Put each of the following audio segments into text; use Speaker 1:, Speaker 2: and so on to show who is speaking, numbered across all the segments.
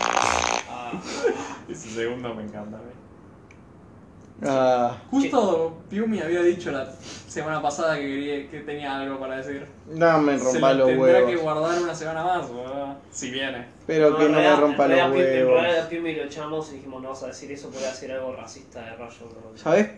Speaker 1: Ah,
Speaker 2: semana pasada que, quería- que tenía algo para decir.
Speaker 1: No me
Speaker 2: Se
Speaker 1: rompa
Speaker 2: lo
Speaker 1: los
Speaker 2: tendrá que
Speaker 1: huevos.
Speaker 2: guardar una semana más, ¿verdad? Si viene.
Speaker 1: Pero que no me
Speaker 3: realidad-
Speaker 1: rompa
Speaker 3: en
Speaker 1: los
Speaker 3: realidad, En
Speaker 1: huevos.
Speaker 3: realidad, a Piumi lo echamos y dijimos, no vas a decir eso, puede hacer algo racista de rayo. bro".
Speaker 1: ¿Sabes?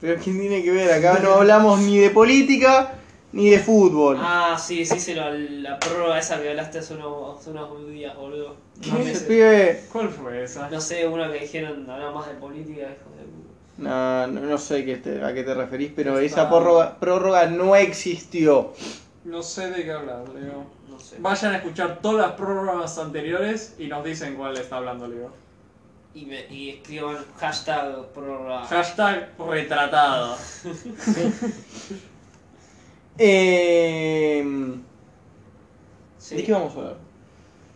Speaker 1: Pero ¿quién tiene que ver? Acá no hablamos ni de política ni de fútbol.
Speaker 3: Ah, sí, sí, se lo, la prórroga esa que hablaste hace unos, hace unos días, boludo.
Speaker 1: ¿Qué
Speaker 3: Unos
Speaker 1: es
Speaker 3: meses.
Speaker 1: ese pibe?
Speaker 2: ¿Cuál fue esa?
Speaker 3: No sé, una que dijeron, hablar más de política, hijo de puta.
Speaker 1: No, no, no sé qué te- a qué te referís, pero esa
Speaker 3: Está-
Speaker 1: prórroga, prórroga no existió.
Speaker 2: No sé de qué hablar, Leo.
Speaker 3: No sé.
Speaker 2: Vayan a escuchar todas las prórrogas anteriores y nos dicen cuál está hablando Leo.
Speaker 3: Y, me, y escriban hashtag prórroga.
Speaker 1: Ah,
Speaker 2: Hashtag retratado.
Speaker 1: Eh,
Speaker 3: Sí.
Speaker 1: ¿De qué vamos a hablar?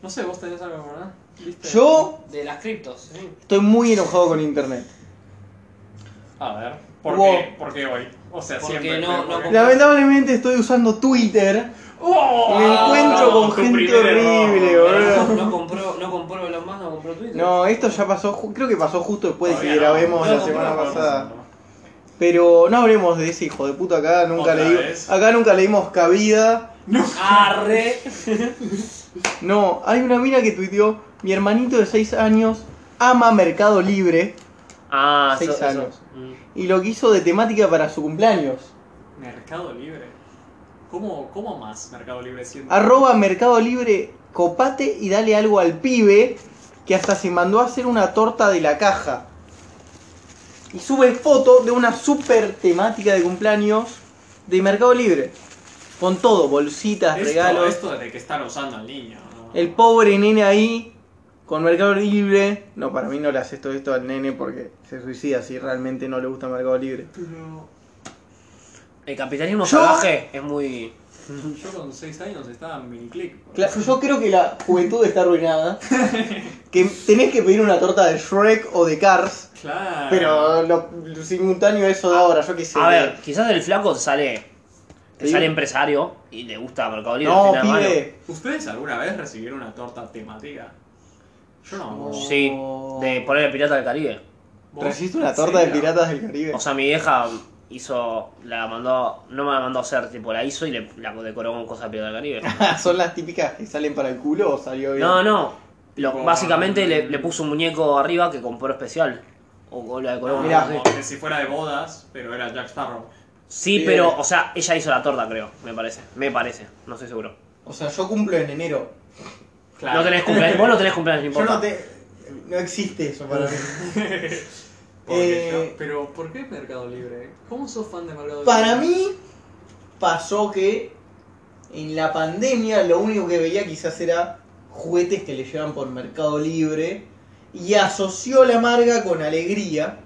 Speaker 2: No sé, vos tenés algo, ¿verdad? ¿Viste?
Speaker 1: Yo
Speaker 3: De las criptos, sí.
Speaker 1: estoy muy enojado con internet.
Speaker 2: A ver, ¿por
Speaker 1: Wow.
Speaker 2: qué? ¿Por qué hoy? O sea,
Speaker 3: Porque
Speaker 2: siempre.
Speaker 3: no- no
Speaker 2: pero ¿por qué?
Speaker 1: Lamentablemente estoy usando Twitter
Speaker 2: ¡Oh!
Speaker 1: Me encuentro con
Speaker 2: tu
Speaker 1: gente
Speaker 2: primer error.
Speaker 1: horrible, boludo.
Speaker 3: No, no compró, no compró Elon Musk, no compró Twitter.
Speaker 1: No, esto ya pasó, ju- creo que pasó justo después de que
Speaker 2: Todavía no.
Speaker 1: grabemos
Speaker 2: No,
Speaker 1: la
Speaker 2: no,
Speaker 1: semana
Speaker 2: no, no, no,
Speaker 1: pasada.
Speaker 2: no, no.
Speaker 1: Pero no hablemos de ese hijo de puta acá, nunca
Speaker 2: Otra
Speaker 1: le dimos-
Speaker 2: vez.
Speaker 1: acá nunca le dimos cabida.
Speaker 3: Arre.
Speaker 1: No, hay una mina que tuiteó, mi hermanito de 6 años ama Mercado Libre
Speaker 3: Ah,
Speaker 1: Seis años.
Speaker 2: Mm.
Speaker 1: y lo que hizo de temática para su cumpleaños.
Speaker 2: Mercado Libre. ¿Cómo, cómo más Mercado Libre siendo?
Speaker 1: Arroba Mercado Libre, copate y dale algo al pibe que hasta se mandó a hacer una torta de la caja. Y sube foto de una super temática de cumpleaños de Mercado Libre. Con todo, bolsitas,
Speaker 2: esto,
Speaker 1: regalos.
Speaker 2: Esto de que están usando al niño. ¿no?
Speaker 1: El pobre nene ahí, con Mercado Libre. No, para mí no le haces todo esto al nene porque se suicida si realmente no le gusta Mercado Libre.
Speaker 2: Pero
Speaker 3: El capitalismo
Speaker 1: Yo-
Speaker 3: salvaje es muy.
Speaker 2: yo con 6 años estaba en miniclick. boludo.
Speaker 1: Claro, yo creo que la juventud está arruinada. Que tenés que pedir una torta de Shrek o de Cars.
Speaker 2: Claro.
Speaker 1: Pero lo, lo simultáneo a eso de ahora, yo qué sé.
Speaker 4: A ver, quizás el flaco sale, te
Speaker 1: Sí.
Speaker 4: sale empresario y le gusta Mercado Libre.
Speaker 1: No,
Speaker 4: tiene nada de malo.
Speaker 1: pibe.
Speaker 2: ¿Ustedes alguna vez recibieron una torta temática? Yo no.
Speaker 1: No.
Speaker 4: Sí, de poner el Pirata del Caribe.
Speaker 2: ¿Vos?
Speaker 1: ¿Resiste una torta de
Speaker 2: ¿En serio?
Speaker 1: piratas del Caribe?
Speaker 4: O sea, mi vieja hizo, la mandó, no me la mandó a hacer, tipo, la hizo y le, la decoró con cosas de Pirata del Caribe.
Speaker 1: ¿Son las típicas que salen para el culo o salió Ah, bien?
Speaker 4: No, no. Lo-
Speaker 2: Tipo,
Speaker 4: básicamente
Speaker 2: mm.
Speaker 4: le, le puso un muñeco arriba que compró especial. O, o la decoró
Speaker 2: No,
Speaker 4: con
Speaker 1: Ah, Mirá.
Speaker 4: cosas
Speaker 2: como
Speaker 4: así.
Speaker 2: que si fuera de bodas, pero era Jack Sparrow.
Speaker 4: Sí,
Speaker 1: Bien.
Speaker 4: pero, o sea, ella hizo la torta, creo, me parece. Me parece, no estoy seguro.
Speaker 1: O sea, yo cumplo en enero.
Speaker 4: No tenés cumpleaños, vos no tenés cumpleaños, no
Speaker 1: Yo
Speaker 4: importa.
Speaker 1: no te... No existe eso para mí.
Speaker 2: Porque
Speaker 1: Eh,
Speaker 2: yo- Pero, ¿por qué Mercado Libre? ¿Cómo sos fan de Mercado Libre?
Speaker 1: Para mí pasó que en la pandemia lo único que veía quizás era juguetes que le llevan por Mercado Libre y asoció la amarga con alegría.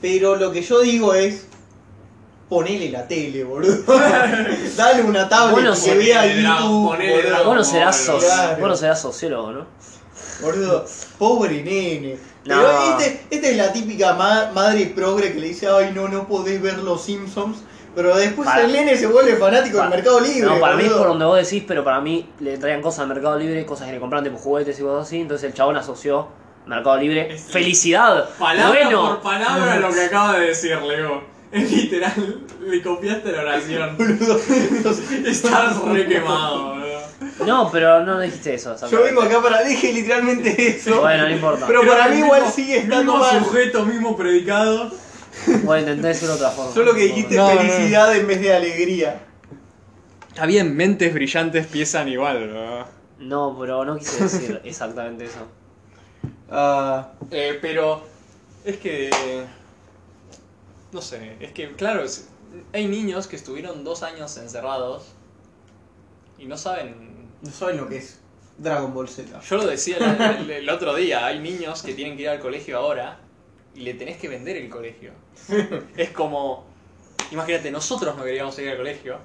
Speaker 1: Pero lo que yo digo es ponele la tele, boludo. Dale una tablet
Speaker 4: Bueno,
Speaker 1: que
Speaker 4: sí,
Speaker 1: vea
Speaker 2: ponele Dragon-
Speaker 1: YouTube,
Speaker 2: ponele
Speaker 1: boludo.
Speaker 2: Dragon
Speaker 4: Vos no serás
Speaker 2: Claro.
Speaker 4: soci- vos no serás sociólogo, ¿no?
Speaker 1: Boludo, pobre nene. Pero
Speaker 4: No.
Speaker 1: este- esta es la típica ma- madre progre que le dice, ay no, no podés ver los Simpsons. Pero después
Speaker 4: Para-
Speaker 1: el nene se vuelve fanático
Speaker 4: Pa-
Speaker 1: del Mercado Libre.
Speaker 4: No, para mí es
Speaker 1: boludo.
Speaker 4: por donde vos decís, pero para mí le traían cosas al Mercado Libre, cosas que le compraron tipo juguetes y cosas así. Entonces el chabón asoció Mercado Libre.
Speaker 2: Es-
Speaker 4: ¡Felicidad!
Speaker 2: Palabra
Speaker 4: bueno,
Speaker 2: por palabra lo que acaba de decir, Leo. Es literal, le copiaste la oración.
Speaker 1: Boludo.
Speaker 2: Estás re quemado, boludo.
Speaker 4: No, pero no dijiste eso.
Speaker 1: Yo
Speaker 4: exactamente.
Speaker 1: vengo acá para. Dije literalmente eso.
Speaker 4: Bueno, no importa.
Speaker 1: Pero para mí
Speaker 2: el
Speaker 1: igual
Speaker 2: mismo-
Speaker 1: sigue estando
Speaker 2: mismo
Speaker 1: mal.
Speaker 2: sujeto, mismo predicado.
Speaker 4: Bueno, intenté decirlo de otra forma.
Speaker 1: Solo que dijiste
Speaker 2: No, no, no.
Speaker 1: felicidad en vez de alegría.
Speaker 2: Está bien, mentes brillantes piezan igual, boludo.
Speaker 4: No, pero no quise decir exactamente eso.
Speaker 1: Ah,
Speaker 2: Eh, pero es que... No sé, es que claro, es- hay niños que estuvieron dos años encerrados y no saben
Speaker 1: no saben lo que es Dragon Ball Z.
Speaker 2: Yo lo decía la- el, el otro día, hay niños que tienen que ir al colegio ahora y le tenés que vender el colegio. Es como, imagínate, nosotros no queríamos ir al colegio.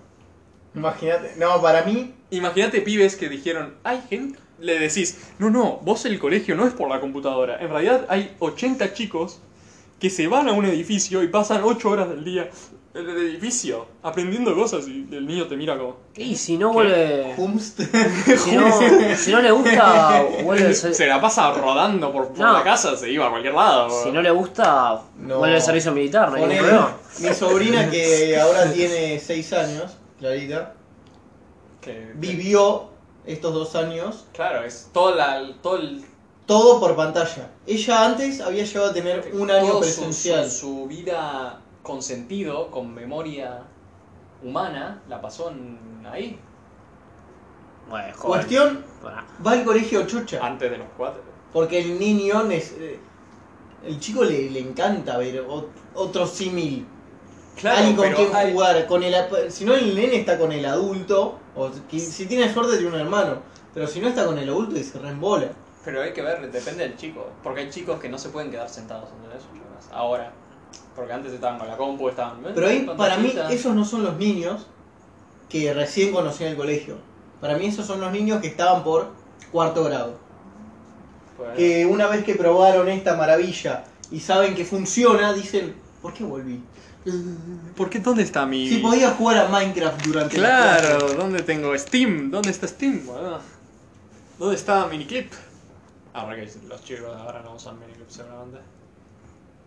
Speaker 1: Imagínate. No, para mí.
Speaker 2: Imagínate pibes que dijeron, hay gente, le decís, no, no, vos el colegio no es por la computadora. En realidad hay 80 chicos que se van a un edificio y pasan 8 horas del día en el edificio aprendiendo cosas y el niño te mira como...
Speaker 4: Y si no vuelve.
Speaker 1: Humst.
Speaker 4: Si no, si no le gusta, vuelve.
Speaker 2: "Eh, Se la pasa rodando por, por
Speaker 4: No.
Speaker 2: la casa, se iba a cualquier lado.
Speaker 4: Si no le gusta,
Speaker 1: No.
Speaker 4: vuelve al servicio militar, no hay ningún
Speaker 1: Ponele.
Speaker 4: problema.
Speaker 1: Mi sobrina que ahora tiene 6 años, Clarita,
Speaker 2: Que-
Speaker 1: vivió estos dos años
Speaker 2: Claro, es todo, la, todo el
Speaker 1: todo por pantalla. Ella antes había llegado a tener un año
Speaker 5: Todo su-
Speaker 1: presencial.
Speaker 5: Su, su vida con sentido, con memoria humana, la pasó en- ahí.
Speaker 4: Bueno, joven.
Speaker 1: Cuestión,
Speaker 4: Pará.
Speaker 1: va al colegio chucha.
Speaker 2: antes de los cuatro.
Speaker 1: Porque el niño, nes- eh, el chico le, le encanta ver ot- otro símil. alguien con quien
Speaker 2: hay-
Speaker 1: jugar. Con el, ap- si no, el nene está con el adulto. O que- si tiene suerte, tiene un hermano. Pero si no, está con el adulto y se reembola.
Speaker 5: Pero hay que ver, depende del chico. Porque hay chicos que no se pueden quedar sentados, ¿entendés? Ahora. Porque antes estaban con la compu, estaban...
Speaker 1: Pero ahí, para mí,
Speaker 5: pantallita.
Speaker 1: esos no son los niños que recién conocí en el colegio. Para mí, esos son los niños que estaban por cuarto grado.
Speaker 5: Pues,
Speaker 1: Que una vez que probaron esta maravilla y saben que funciona, dicen, ¿por qué volví?
Speaker 2: ¿Por qué? ¿Dónde está mi...?
Speaker 1: Si podía jugar a Minecraft durante la clase.
Speaker 2: Claro, ¿dónde tengo Steam? ¿Dónde está Steam? boludo? ¿Dónde está Miniclip? Ah,
Speaker 5: Ahora que los chicos de ahora no usan miniclip seguramente.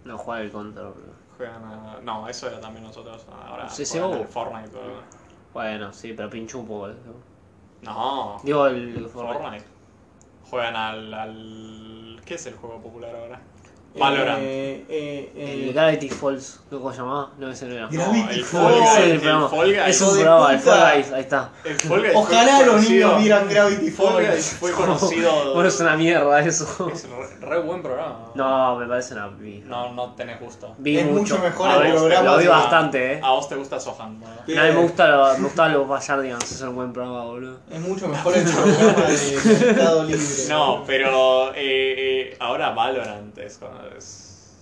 Speaker 4: No juega el control.
Speaker 2: Juegan a... No, eso era también nosotros. Ahora
Speaker 4: Sí, sí,
Speaker 2: juegan
Speaker 4: oh.
Speaker 2: al Fortnite. boludo.
Speaker 4: Bueno, sí, pero pincho un poco. ¿eh?
Speaker 2: No,
Speaker 4: Digo, el.
Speaker 2: Fortnite. Juegan al, al... ¿Qué es el juego popular ahora? Valorant.
Speaker 1: Eh, eh, eh,
Speaker 4: El Gravity Falls, ¿cómo se llamaba? No, ese no era.
Speaker 1: Gra-
Speaker 2: No, el
Speaker 1: Gravity
Speaker 2: Fall
Speaker 1: Falls.
Speaker 2: Guys.
Speaker 4: Ese es
Speaker 2: el
Speaker 4: el programa.
Speaker 2: Fall Guys.
Speaker 4: Es un
Speaker 1: Hijo de
Speaker 4: programa, el
Speaker 1: puta.
Speaker 4: Fall Guys, ahí está.
Speaker 2: El Fall Guys fue
Speaker 1: Ojalá los
Speaker 2: conocido-
Speaker 1: niños vieran Gravity
Speaker 2: Fall
Speaker 1: Falls.
Speaker 2: Guys fue conocido...
Speaker 4: Bueno, es una mierda eso.
Speaker 5: Es re, re buen programa.
Speaker 4: No, me parece una. mierda.
Speaker 5: No, no tenés gusto.
Speaker 4: Vi
Speaker 1: Es mucho mejor el
Speaker 4: A ver,
Speaker 1: programa
Speaker 4: Lo vi
Speaker 1: que-
Speaker 4: bastante, eh.
Speaker 2: A vos te gusta Sohan, boludo.
Speaker 4: No, me gusta lo, me gustaba los Bayardians, es un buen programa, boludo.
Speaker 1: Es mucho mejor el programa de Mercado Libre.
Speaker 2: No, pero eh, eh, ahora Valorant es... cuando es-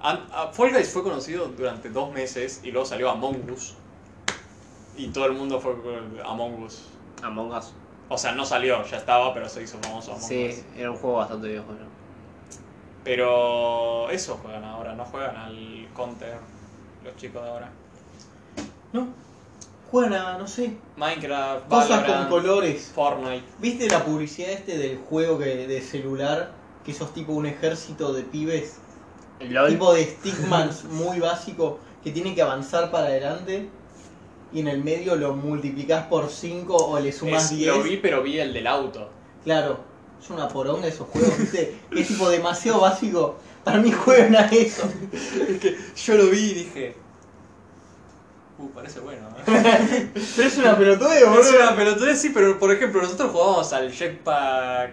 Speaker 2: An- a- Fall Guys fue conocido durante dos meses y luego salió Among Us. Y todo el mundo fue con Among Us.
Speaker 4: Among Us.
Speaker 2: O sea, no salió, ya estaba, pero se hizo famoso Among Us.
Speaker 4: Sí, era un juego bastante viejo, ¿no?
Speaker 2: Pero eso juegan ahora, no juegan al Counter los chicos de ahora.
Speaker 1: No. Juegan a, no sé,
Speaker 2: Minecraft,
Speaker 1: cosas
Speaker 2: Valorant,
Speaker 1: con colores.
Speaker 2: Fortnite.
Speaker 1: ¿Viste la publicidad este del juego que, de celular? Que sos tipo un ejército de pibes.
Speaker 4: El LOL.
Speaker 1: Tipo de stickmans muy básico que tienen que avanzar para adelante. Y en el medio lo multiplicás por 5 o le
Speaker 2: Es-
Speaker 1: sumás
Speaker 2: lo
Speaker 1: 10.
Speaker 2: vi, pero vi el del auto.
Speaker 1: Claro, es una poronga esos juegos, ¿viste? Es tipo demasiado básico. Para mí juegan a eso.
Speaker 2: Yo lo vi y dije.
Speaker 5: Uh, parece bueno, ¿eh?
Speaker 1: Pero es una pelotudez,
Speaker 2: Es
Speaker 1: boludo.
Speaker 2: una pelotudez, sí, pero por ejemplo, nosotros jugábamos al jetpack.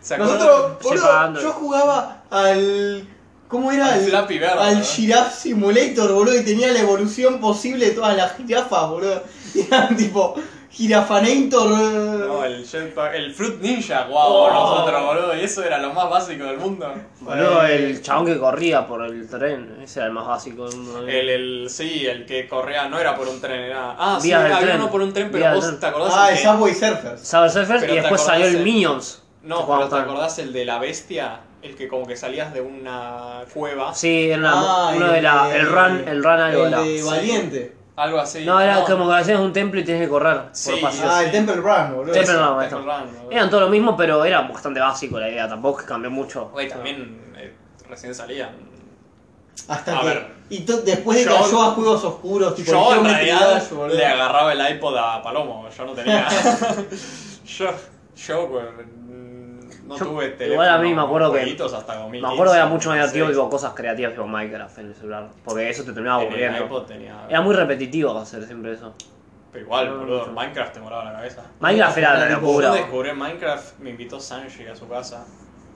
Speaker 2: ¿Se acuerdan?
Speaker 1: Nosotros,
Speaker 4: Sí,
Speaker 1: boludo,
Speaker 4: pagando.
Speaker 1: yo jugaba al. ¿Cómo era?
Speaker 2: Al Flappy Bird,
Speaker 1: Al
Speaker 2: ¿no?
Speaker 1: Giraffe Simulator, boludo, y tenía la evolución posible de todas las jirafas, boludo. Y eran tipo. Girafanator.
Speaker 2: No,
Speaker 1: boludo.
Speaker 2: el jetpack. El Fruit Ninja, wow,
Speaker 1: Oh.
Speaker 2: nosotros, boludo. Y eso era lo más básico del mundo.
Speaker 4: Boludo, el chabón que corría por el tren, ese era el más básico del mundo.
Speaker 2: El, eh, el, sí, el que corría no era por un tren, era. Ah, sí,
Speaker 4: Vías del
Speaker 2: había
Speaker 4: tren.
Speaker 2: uno por un tren, pero
Speaker 4: Vías del
Speaker 2: vos
Speaker 4: tren.
Speaker 2: te acordás.
Speaker 1: Ah,
Speaker 2: el
Speaker 1: el
Speaker 2: que-
Speaker 1: Subway Surfers.
Speaker 4: Saber Surfers
Speaker 2: Pero
Speaker 4: y
Speaker 2: te
Speaker 4: después
Speaker 2: acordás
Speaker 4: salió el
Speaker 2: el-
Speaker 4: Minions. que
Speaker 2: No, pero
Speaker 4: jugamos
Speaker 2: ¿te
Speaker 4: también.
Speaker 2: acordás el de la bestia? El que como que salías de una cueva.
Speaker 4: Sí, era una-
Speaker 1: Ah,
Speaker 4: uno
Speaker 1: el
Speaker 4: de la.
Speaker 1: de-
Speaker 4: El run, el run algo
Speaker 1: el
Speaker 4: era.
Speaker 1: de Valiente.
Speaker 2: Algo así.
Speaker 4: No, era
Speaker 2: No,
Speaker 4: como que hacías un templo y tenías que correr
Speaker 2: Sí,
Speaker 4: por pasillos.
Speaker 1: Ah,
Speaker 2: sí.
Speaker 1: el Temple Run, boludo.
Speaker 4: Temple Run.
Speaker 2: Temple
Speaker 4: esto.
Speaker 2: Run, boludo.
Speaker 4: Eran todo lo mismo, pero era bastante básico la idea, tampoco es que cambió mucho.
Speaker 2: Güey, también eh, recién salían.
Speaker 1: Hasta
Speaker 2: A
Speaker 1: que.
Speaker 2: ver.
Speaker 1: Y to- después
Speaker 2: Yo-
Speaker 1: cayó a juegos oscuros, tipo.
Speaker 2: Yo
Speaker 1: el
Speaker 2: en
Speaker 1: Geometry
Speaker 2: realidad
Speaker 1: Dash, boludo.
Speaker 2: le agarraba el iPod a Palomo, yo no tenía. yo, yo pues, mm, no
Speaker 4: Yo-
Speaker 2: tuve
Speaker 4: igual
Speaker 2: teléfono.
Speaker 4: a mí me acuerdo que-
Speaker 2: jueguitos Hasta 2015,
Speaker 4: Me acuerdo que era mucho más divertido
Speaker 2: 2016.
Speaker 4: tipo cosas creativas tipo Minecraft en el celular, porque eso te terminaba
Speaker 2: En el
Speaker 4: aburriendo.
Speaker 2: iPod tenía.
Speaker 4: Era muy repetitivo hacer siempre eso.
Speaker 2: Pero igual,
Speaker 4: No,
Speaker 2: boludo,
Speaker 4: mucho.
Speaker 2: Minecraft te moraba la cabeza.
Speaker 4: Minecraft era la
Speaker 1: Era tipo,
Speaker 2: Yo
Speaker 4: locura.
Speaker 2: descubrí Minecraft, me invitó Sanji a su casa.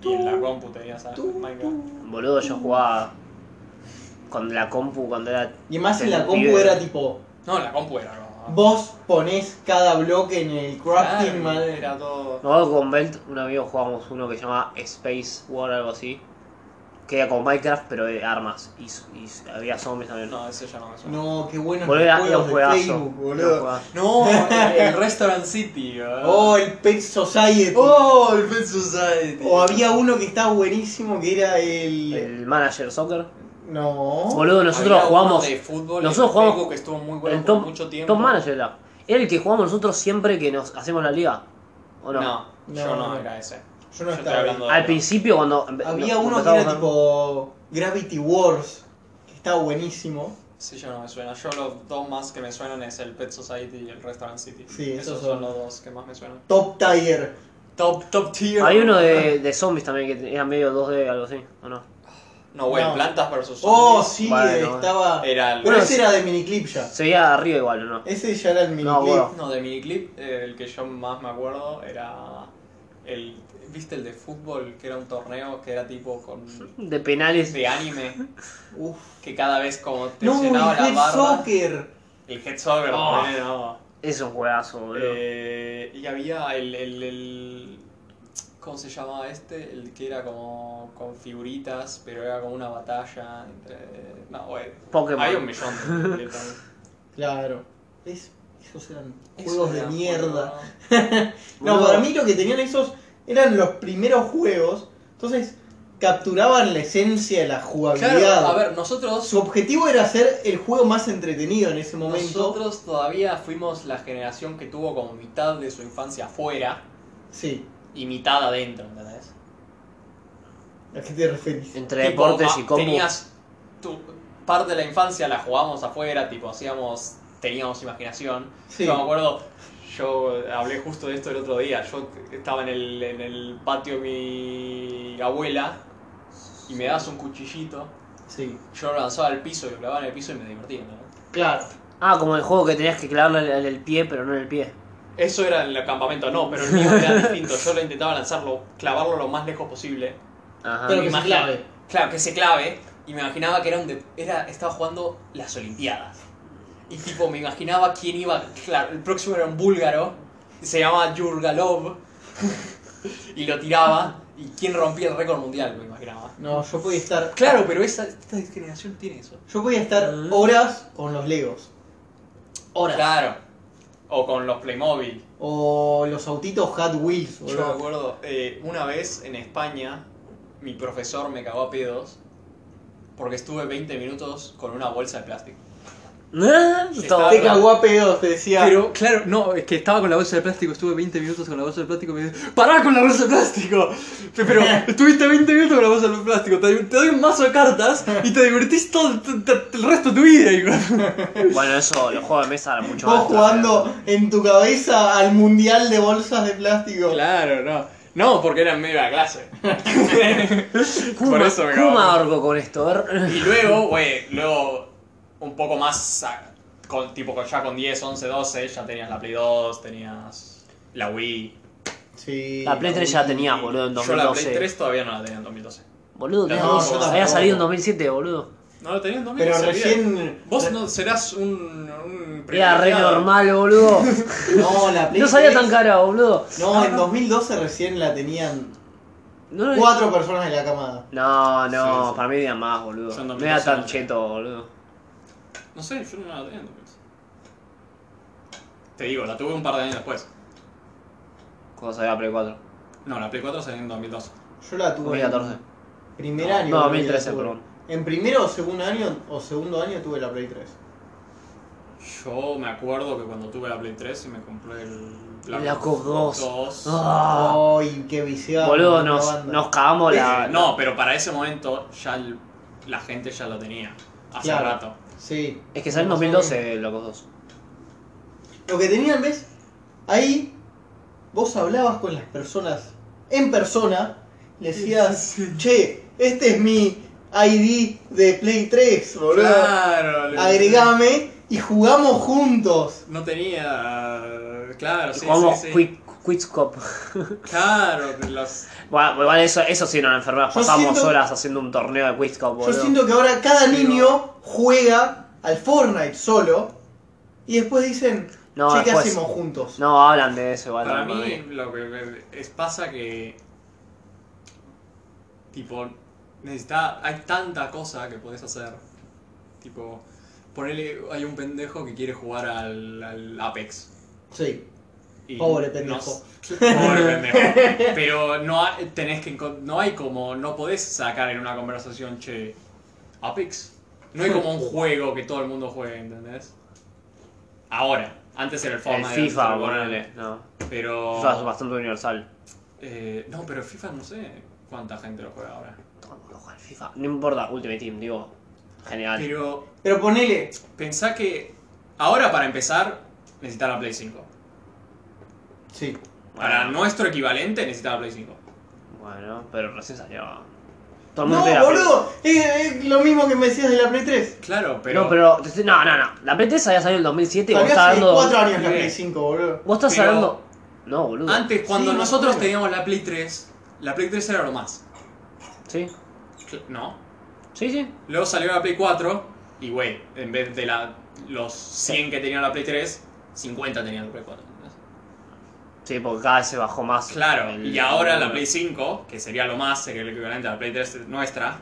Speaker 2: Y en la compu tenía Sanji Minecraft.
Speaker 4: Boludo, yo jugaba con la compu cuando era.
Speaker 1: Y más en la
Speaker 4: pibe.
Speaker 1: compu era tipo.
Speaker 2: No, la compu era como. ah.
Speaker 1: Vos ponés cada bloque en el crafting,
Speaker 2: Claro,
Speaker 1: madre.
Speaker 2: Era todo.
Speaker 4: Me acuerdo que con Belt, un amigo jugábamos uno que se llamaba Space War, algo así. Que era como Minecraft, pero de armas. Y, y había zombies también.
Speaker 2: No, ese ya no me suena.
Speaker 1: No, qué bueno
Speaker 4: Boludo, era, era un
Speaker 1: juegos de
Speaker 4: juegazo.
Speaker 1: Facebook,
Speaker 4: Era un
Speaker 1: boludo.
Speaker 4: juegazo.
Speaker 2: No, el Restaurant City.
Speaker 1: Oh, el Pet Society.
Speaker 2: oh el Pet Society.
Speaker 1: O había uno que estaba buenísimo que era el.
Speaker 4: El Manager Soccer.
Speaker 1: No.
Speaker 4: Boludo, nosotros
Speaker 2: Había
Speaker 4: jugamos.
Speaker 2: uno de fútbol
Speaker 4: nosotros
Speaker 2: en
Speaker 4: jugamos
Speaker 2: Facebook que estuvo muy bueno
Speaker 4: El
Speaker 2: por
Speaker 4: top,
Speaker 2: mucho tiempo.
Speaker 4: top Manager era. Era el que jugamos nosotros siempre que nos hacemos la liga. ¿O no?
Speaker 2: No,
Speaker 1: No,
Speaker 2: yo no,
Speaker 1: no.
Speaker 2: era ese.
Speaker 1: Yo
Speaker 2: Yo
Speaker 1: no
Speaker 2: estoy
Speaker 1: estaba.
Speaker 2: hablando de
Speaker 4: Al
Speaker 2: otro.
Speaker 4: principio cuando. empe-
Speaker 1: Había
Speaker 4: nos-
Speaker 1: uno que
Speaker 4: empezamos
Speaker 1: era
Speaker 4: a-
Speaker 1: tipo. Gravity Wars. Que estaba buenísimo.
Speaker 2: Sí, yo no me suena. Yo los dos más que me suenan es el Pet Society y el Restaurant City.
Speaker 1: Sí,
Speaker 2: esos,
Speaker 1: esos
Speaker 2: son
Speaker 1: son.
Speaker 2: los dos que más me suenan.
Speaker 1: Top Tiger.
Speaker 2: Top, top tier.
Speaker 4: Hay uno de, de zombies también que era medio 2D, algo así, ¿o no?
Speaker 2: No, güey,
Speaker 1: No.
Speaker 2: Plantas vs.
Speaker 1: Oh,
Speaker 2: Zombies
Speaker 1: sí,
Speaker 4: Bueno,
Speaker 1: estaba.
Speaker 2: Era el.
Speaker 1: Pero ese era de miniclip ya.
Speaker 4: Se veía arriba igual, ¿o no?
Speaker 1: Ese ya era el miniclip.
Speaker 4: No, bueno.
Speaker 2: No, de miniclip, eh, el que yo más me acuerdo era. el ¿Viste el de fútbol? Que era un torneo que era tipo con.
Speaker 4: De penales.
Speaker 2: de anime.
Speaker 1: Uf.
Speaker 2: Que cada vez como te
Speaker 1: No, el
Speaker 2: llenaba la
Speaker 1: Head
Speaker 2: barra.
Speaker 1: Soccer.
Speaker 2: El Head Soccer,
Speaker 4: Oh.
Speaker 2: bueno.
Speaker 4: Es un juegazo, boludo.
Speaker 2: Eh, y había el, el, el- ¿Cómo se llamaba este? El que era como con figuritas, pero era como una batalla entre... No, güey.
Speaker 4: Pokémon.
Speaker 2: Hay un millón de- de- de-
Speaker 1: Claro. Es- esos eran
Speaker 2: Eso
Speaker 1: juegos de
Speaker 2: era,
Speaker 1: mierda.
Speaker 2: boludo.
Speaker 1: No,
Speaker 4: Boludo.
Speaker 1: para mí lo que tenían esos eran los primeros juegos. Entonces capturaban la esencia de la jugabilidad.
Speaker 2: Claro, a ver, nosotros...
Speaker 1: Su objetivo era hacer el juego más entretenido en ese momento.
Speaker 2: Nosotros todavía fuimos la generación que tuvo como mitad de su infancia afuera
Speaker 1: Sí.
Speaker 2: y mitad adentro, ¿entendés?
Speaker 1: ¿A qué te referís?
Speaker 4: Entre
Speaker 2: Tipo,
Speaker 4: deportes
Speaker 2: ah,
Speaker 4: y combos.
Speaker 2: Tenías tu parte de la infancia la jugábamos afuera, tipo hacíamos, teníamos imaginación.
Speaker 1: Sí.
Speaker 2: Yo me acuerdo, yo hablé justo de esto el otro día. Yo estaba en el, en el patio de mi abuela y me dabas un cuchillito.
Speaker 1: Sí.
Speaker 2: Yo lo lanzaba al piso y lo clavaba en el piso y me divertía. ¿no?
Speaker 1: Claro.
Speaker 4: Ah, como el juego que tenías que clavarle en el pie, pero no en el pie.
Speaker 2: Eso era en el campamento, no, pero el mío era distinto. Yo lo intentaba lanzarlo, clavarlo lo más lejos posible.
Speaker 4: Ajá.
Speaker 1: Pero que se
Speaker 2: imagina-
Speaker 1: clave.
Speaker 2: Claro, que se clave. Y me imaginaba que era un de- era, estaba jugando las Olimpiadas. Y tipo, me imaginaba quién iba. Claro, el próximo era un búlgaro. Se llamaba Yurgalov. y lo tiraba. Y quién rompía el récord mundial, me imaginaba.
Speaker 1: No, yo podía estar.
Speaker 2: Claro, pero esa, esta generación tiene eso.
Speaker 1: Yo podía estar
Speaker 4: Mm.
Speaker 1: horas con los Legos. Horas.
Speaker 2: Claro. O con los Playmobil.
Speaker 1: O los autitos Hot Wheels,
Speaker 2: Yo me
Speaker 1: boludo.
Speaker 2: acuerdo, eh, una vez en España, mi profesor me cagó a pedos. Porque estuve 20 minutos con una bolsa de plástico.
Speaker 4: Ah, estaba-
Speaker 1: Te cagó a pedos, te decía.
Speaker 6: Pero claro, no, es que estaba con la bolsa de plástico, estuve 20 minutos con la bolsa de plástico y me dice, ¡pará con la bolsa de plástico! Fe- Pero estuviste 20 minutos con la bolsa de plástico, te, te doy un mazo de cartas y te divertís todo t- t- el resto de tu vida, hijo.
Speaker 4: Bueno, eso, los juegos de mesa eran mucho eh.
Speaker 1: Vos
Speaker 4: más
Speaker 1: jugando en tu cabeza al mundial de bolsas de plástico.
Speaker 6: Claro, no. No, porque era en medio de la clase.
Speaker 4: ¿Cómo,
Speaker 6: Por eso me
Speaker 4: ¿cómo me
Speaker 6: acabo.
Speaker 4: ahorco con esto? A ver.
Speaker 2: Y luego, güey, luego un poco más, a- con, tipo con- ya con 10, 11, 12, ya tenías la Play 2, tenías la Wii.
Speaker 1: Sí.
Speaker 4: La Play 3 ya
Speaker 1: Wii.
Speaker 4: tenía, boludo, en
Speaker 2: Yo la Play
Speaker 4: 2012.
Speaker 2: 3 todavía no la tenía en 2012.
Speaker 4: Boludo,
Speaker 2: No,
Speaker 4: tenés
Speaker 2: yo
Speaker 4: razón,
Speaker 2: tampoco.
Speaker 4: había salido en 2007, boludo.
Speaker 2: No la tenía en
Speaker 1: Pero
Speaker 2: 2012. olvidé.
Speaker 1: recién.
Speaker 2: Vos no serás un, un
Speaker 4: Era re
Speaker 2: privilegiado.
Speaker 4: normal, boludo.
Speaker 1: No, la Play
Speaker 4: No salía
Speaker 1: 3.
Speaker 4: tan cara, boludo.
Speaker 1: No, en 2012 recién la tenían
Speaker 4: No, no-
Speaker 1: cuatro personas en la camada.
Speaker 4: No, no,
Speaker 2: Sí, sí.
Speaker 4: para mí era más,
Speaker 2: Yo
Speaker 4: boludo.
Speaker 2: en
Speaker 4: No
Speaker 2: 2012
Speaker 4: era tan
Speaker 2: no.
Speaker 4: cheto, boludo.
Speaker 2: No sé, yo no la tenía en 2012. Te digo, la tuve un par de años después.
Speaker 4: Cuando salió la Play 4.
Speaker 2: No, la Play 4 salió en 2012.
Speaker 1: Yo la tuve. en
Speaker 4: 2014.
Speaker 1: Primer
Speaker 4: No,
Speaker 1: año.
Speaker 4: no,
Speaker 1: creo que
Speaker 4: 2013,
Speaker 1: la tuve.
Speaker 4: perdón.
Speaker 1: En primero o segundo año o segundo año tuve la Play 3.
Speaker 2: Yo me acuerdo que cuando tuve la Play 3 y me compré el
Speaker 4: Black Ops 2.
Speaker 2: 2.
Speaker 4: Ah,
Speaker 1: Ay, qué viciado.
Speaker 4: boludo,
Speaker 1: una
Speaker 4: nos,
Speaker 1: banda.
Speaker 4: nos cagamos la.
Speaker 2: Eh, no, pero para ese momento ya el- la gente ya lo tenía. Hace
Speaker 1: Claro.
Speaker 2: rato.
Speaker 1: Sí.
Speaker 4: Es que salió en 2012, locos dos.
Speaker 1: Lo que tenían, ¿ves? Ahí vos hablabas con las personas en persona, le decías, che, este es mi ID de Play 3, boludo.
Speaker 2: Claro. le-
Speaker 1: Agregame y jugamos juntos.
Speaker 2: No tenía. Claro, sí,
Speaker 4: Jugamos
Speaker 2: sí, sí.
Speaker 4: Quick, Cop.
Speaker 2: Claro, los-
Speaker 4: Bueno, igual eso, eso sí era una enfermedad.
Speaker 1: Yo
Speaker 4: Pasábamos
Speaker 1: siento-
Speaker 4: horas haciendo un torneo de Quick Cop, boludo.
Speaker 1: Yo siento que ahora cada
Speaker 2: Pero-
Speaker 1: niño juega al Fortnite solo y después dicen,
Speaker 4: No,
Speaker 1: che, ¿qué
Speaker 4: después-
Speaker 1: hacemos juntos?
Speaker 4: No, hablan de eso igual.
Speaker 2: Para
Speaker 4: no,
Speaker 2: mí, lo que es, pasa que. Tipo, necesita, hay tanta cosa que podés hacer. Tipo, ponele. Hay un pendejo que quiere jugar al, al Apex.
Speaker 1: Sí,
Speaker 2: Y
Speaker 1: Pobre
Speaker 2: no
Speaker 1: pendejo.
Speaker 2: s- pobre pendejo. Pero no ha- tenés que encon- no hay como no podés sacar en una conversación, che, Apex. No hay como un juego que todo el mundo juegue, ¿entendés? Ahora, antes era el
Speaker 4: El
Speaker 2: Fortnite, antes era
Speaker 4: FIFA,
Speaker 2: el
Speaker 4: ponele. No.
Speaker 2: Pero
Speaker 4: FIFA es bastante universal.
Speaker 2: eh, no, pero FIFA no sé cuánta gente lo juega ahora.
Speaker 4: Todo el mundo juega al FIFA. No importa, Ultimate Team, digo. Genial.
Speaker 2: Pero
Speaker 1: Pero ponele,
Speaker 2: pensá que ahora para empezar necesitas la Play 5.
Speaker 1: sí,
Speaker 2: Para
Speaker 4: Bueno.
Speaker 2: nuestro equivalente necesitas la Play 5.
Speaker 4: Bueno, pero recién salió. Todo el mundo
Speaker 1: No,
Speaker 4: tiene la Play.
Speaker 1: boludo, es, es lo mismo que me decías de la Play 3.
Speaker 2: Claro, pero...
Speaker 4: No, pero. te estoy- No, no, no. La Play 3 había salido en el 2007 y vos
Speaker 1: Salió
Speaker 4: estás
Speaker 1: hace
Speaker 4: dando.
Speaker 1: 4 años la
Speaker 2: Sí.
Speaker 1: Play 5, boludo.
Speaker 4: Vos estás
Speaker 2: Pero-
Speaker 4: hablando. No, boludo.
Speaker 2: Antes, cuando
Speaker 1: Sí, me
Speaker 2: nosotros
Speaker 1: acuerdo.
Speaker 2: teníamos la Play 3, la Play 3 era lo más.
Speaker 4: Sí.
Speaker 2: Cl- ¿No?
Speaker 4: Sí, sí.
Speaker 2: Luego salió la Play 4 y, güey, en vez de la, los 100 que tenían la Play 3, 50 tenían la Play 4. ¿entendés?
Speaker 4: Sí, porque cada vez se bajó más.
Speaker 2: Claro,
Speaker 4: el-
Speaker 2: y ahora la Play 5, que sería lo más, sería el equivalente a la Play 3 nuestra,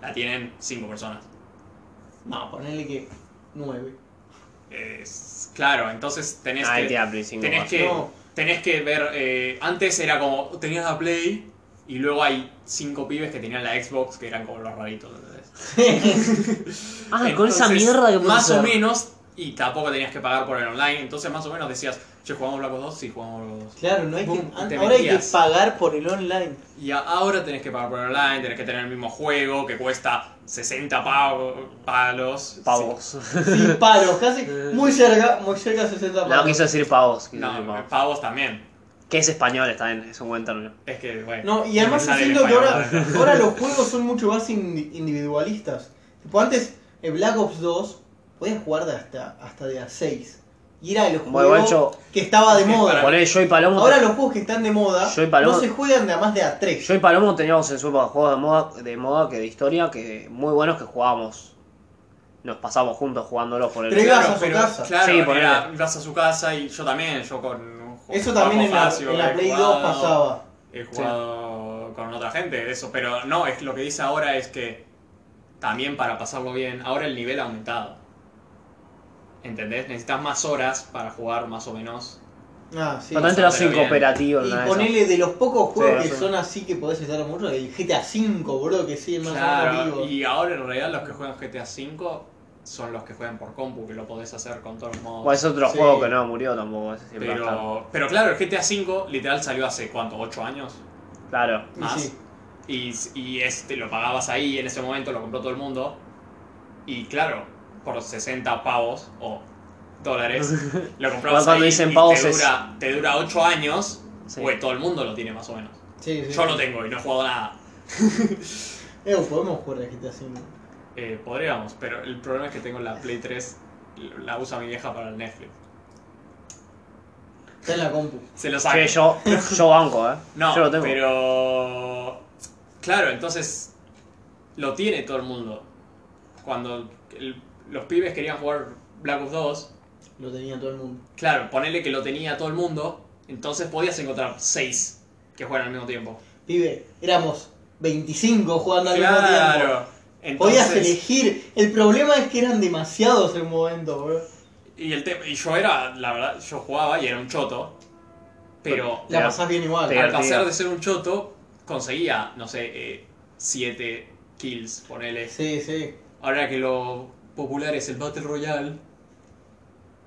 Speaker 2: la tienen 5 personas.
Speaker 1: No, ponele que 9.
Speaker 2: Es- claro, entonces tenés
Speaker 4: Ahí
Speaker 2: que...
Speaker 4: tiene la Play 5.
Speaker 2: Tenés
Speaker 4: más.
Speaker 2: que,
Speaker 1: No.
Speaker 2: tenés que ver. eh, antes era como. Tenías la Play. Y luego hay cinco pibes que tenían la Xbox que eran como los raritos. ¿entendés?
Speaker 4: Ah, con esa
Speaker 2: Entonces,
Speaker 4: mierda que puedes
Speaker 2: Más o
Speaker 4: hacer.
Speaker 2: menos. Y tampoco tenías que pagar por el online. Entonces, más o menos decías. Che, jugamos Black Ops 2. Sí, jugamos Black Ops
Speaker 1: Claro, no hay
Speaker 2: Boom,
Speaker 1: que,
Speaker 2: y te
Speaker 1: ahora hay que
Speaker 2: metías.
Speaker 1: pagar por el online.
Speaker 2: 2. Y a- ahora tenés que pagar por el online. Tenés que tener el mismo juego que cuesta 60 pavos, palos.
Speaker 4: Pavos.
Speaker 1: Sin palos, casi muy cerca, muy cerca 60
Speaker 4: No,
Speaker 1: palos.
Speaker 4: quiso decir pavos.
Speaker 2: Sí.
Speaker 4: quiso decir
Speaker 2: No,
Speaker 4: pavos.
Speaker 2: pavos también.
Speaker 4: Que es español, está bien, es un buen término.
Speaker 2: Es que, bueno.
Speaker 1: No, y además yo
Speaker 2: sale en
Speaker 1: siento que
Speaker 2: español.
Speaker 1: ahora, ahora los juegos son mucho más indi- individualistas. Tipo, antes, en Black Ops 2, podías jugar de hasta, hasta de a 6. Y era de los
Speaker 4: Bueno, igual
Speaker 1: juegos
Speaker 4: yo-
Speaker 1: que estaba de
Speaker 2: Es que
Speaker 1: moda.
Speaker 2: para-
Speaker 4: Poner yo y Palomo.
Speaker 1: Ahora los juegos que están de moda
Speaker 4: Yo y Paloma-
Speaker 1: no se juegan de a más de a 3.
Speaker 4: Yo y Palomo teníamos en su época juegos de moda, de moda que de historia que muy buenos que jugábamos. Nos pasábamos juntos jugándolos por el.
Speaker 1: Pero- ibas a su
Speaker 2: pero,
Speaker 1: casa.
Speaker 2: Claro,
Speaker 4: Sí, ponele.
Speaker 2: era, ibas a su casa y yo también, yo con...
Speaker 1: Eso también en la, en la Play 2 pasaba.
Speaker 2: He jugado con otra gente, eso, pero no, es lo que dice ahora es que también para pasarlo bien, ahora el nivel ha aumentado. ¿Entendés? Necesitas más horas para jugar más o menos.
Speaker 1: Ah, sí.
Speaker 4: Totalmente lo hacen
Speaker 2: bien.
Speaker 4: cooperativo,
Speaker 1: Y
Speaker 4: nada de eso.
Speaker 1: ponele de los pocos juegos
Speaker 4: Sí,
Speaker 1: que
Speaker 4: sí.
Speaker 1: son así que podés estar mucho, el GTA V, bro, que sigue más o
Speaker 2: Claro,
Speaker 1: menos vivo.
Speaker 2: y ahora en realidad los que juegan GTA V son los que juegan por compu, que lo podés hacer con todos los modos.
Speaker 4: Bueno, es otro
Speaker 1: Sí.
Speaker 4: juego que no murió tampoco, ese siempre va a estar.
Speaker 2: pero, pero claro, el GTA V literal salió hace, ¿cuánto? ¿8 años?
Speaker 4: Claro.
Speaker 1: Y
Speaker 2: más.
Speaker 1: sí.
Speaker 2: Y, y este lo pagabas ahí, en ese momento lo compró todo el mundo. Y claro, por 60 pavos o dólares, lo comprabas
Speaker 4: Cuando
Speaker 2: ahí
Speaker 4: dicen
Speaker 2: y
Speaker 4: pavos
Speaker 2: te
Speaker 4: es-
Speaker 2: dura, te dura 8 años,
Speaker 4: Sí.
Speaker 2: pues todo el mundo lo tiene más o menos.
Speaker 1: Sí, sí.
Speaker 2: Yo lo tengo y no he jugado nada.
Speaker 1: Eh, podemos jugar al GTA V.
Speaker 2: Eh, podríamos, pero el problema es que tengo la Play 3, la usa mi vieja para el Netflix.
Speaker 1: Está en la compu.
Speaker 2: Se lo saco.
Speaker 4: Che, yo, yo banco, eh.
Speaker 2: No,
Speaker 4: yo lo tengo.
Speaker 2: pero. Claro, entonces. Lo tiene todo el mundo. Cuando el- los pibes querían jugar Black Ops 2,
Speaker 1: Lo tenía todo el mundo.
Speaker 2: claro, ponele que lo tenía todo el mundo, entonces podías encontrar 6 que juegan al mismo tiempo.
Speaker 1: Pibe, éramos 25 jugando al mismo tiempo.
Speaker 2: Claro.
Speaker 1: Podías
Speaker 2: Entonces,
Speaker 1: elegir. El problema es que eran demasiados en un momento, bro.
Speaker 2: y, el tema- y yo era, la verdad, yo jugaba y era un choto. Pero
Speaker 1: La
Speaker 4: Claro.
Speaker 1: pasás bien igual.
Speaker 4: Sí.
Speaker 2: al
Speaker 4: Divertido.
Speaker 2: pasar de ser un choto, conseguía, no sé, 7 kills, ponele.
Speaker 1: Sí, sí.
Speaker 2: Ahora que lo popular es el Battle Royale,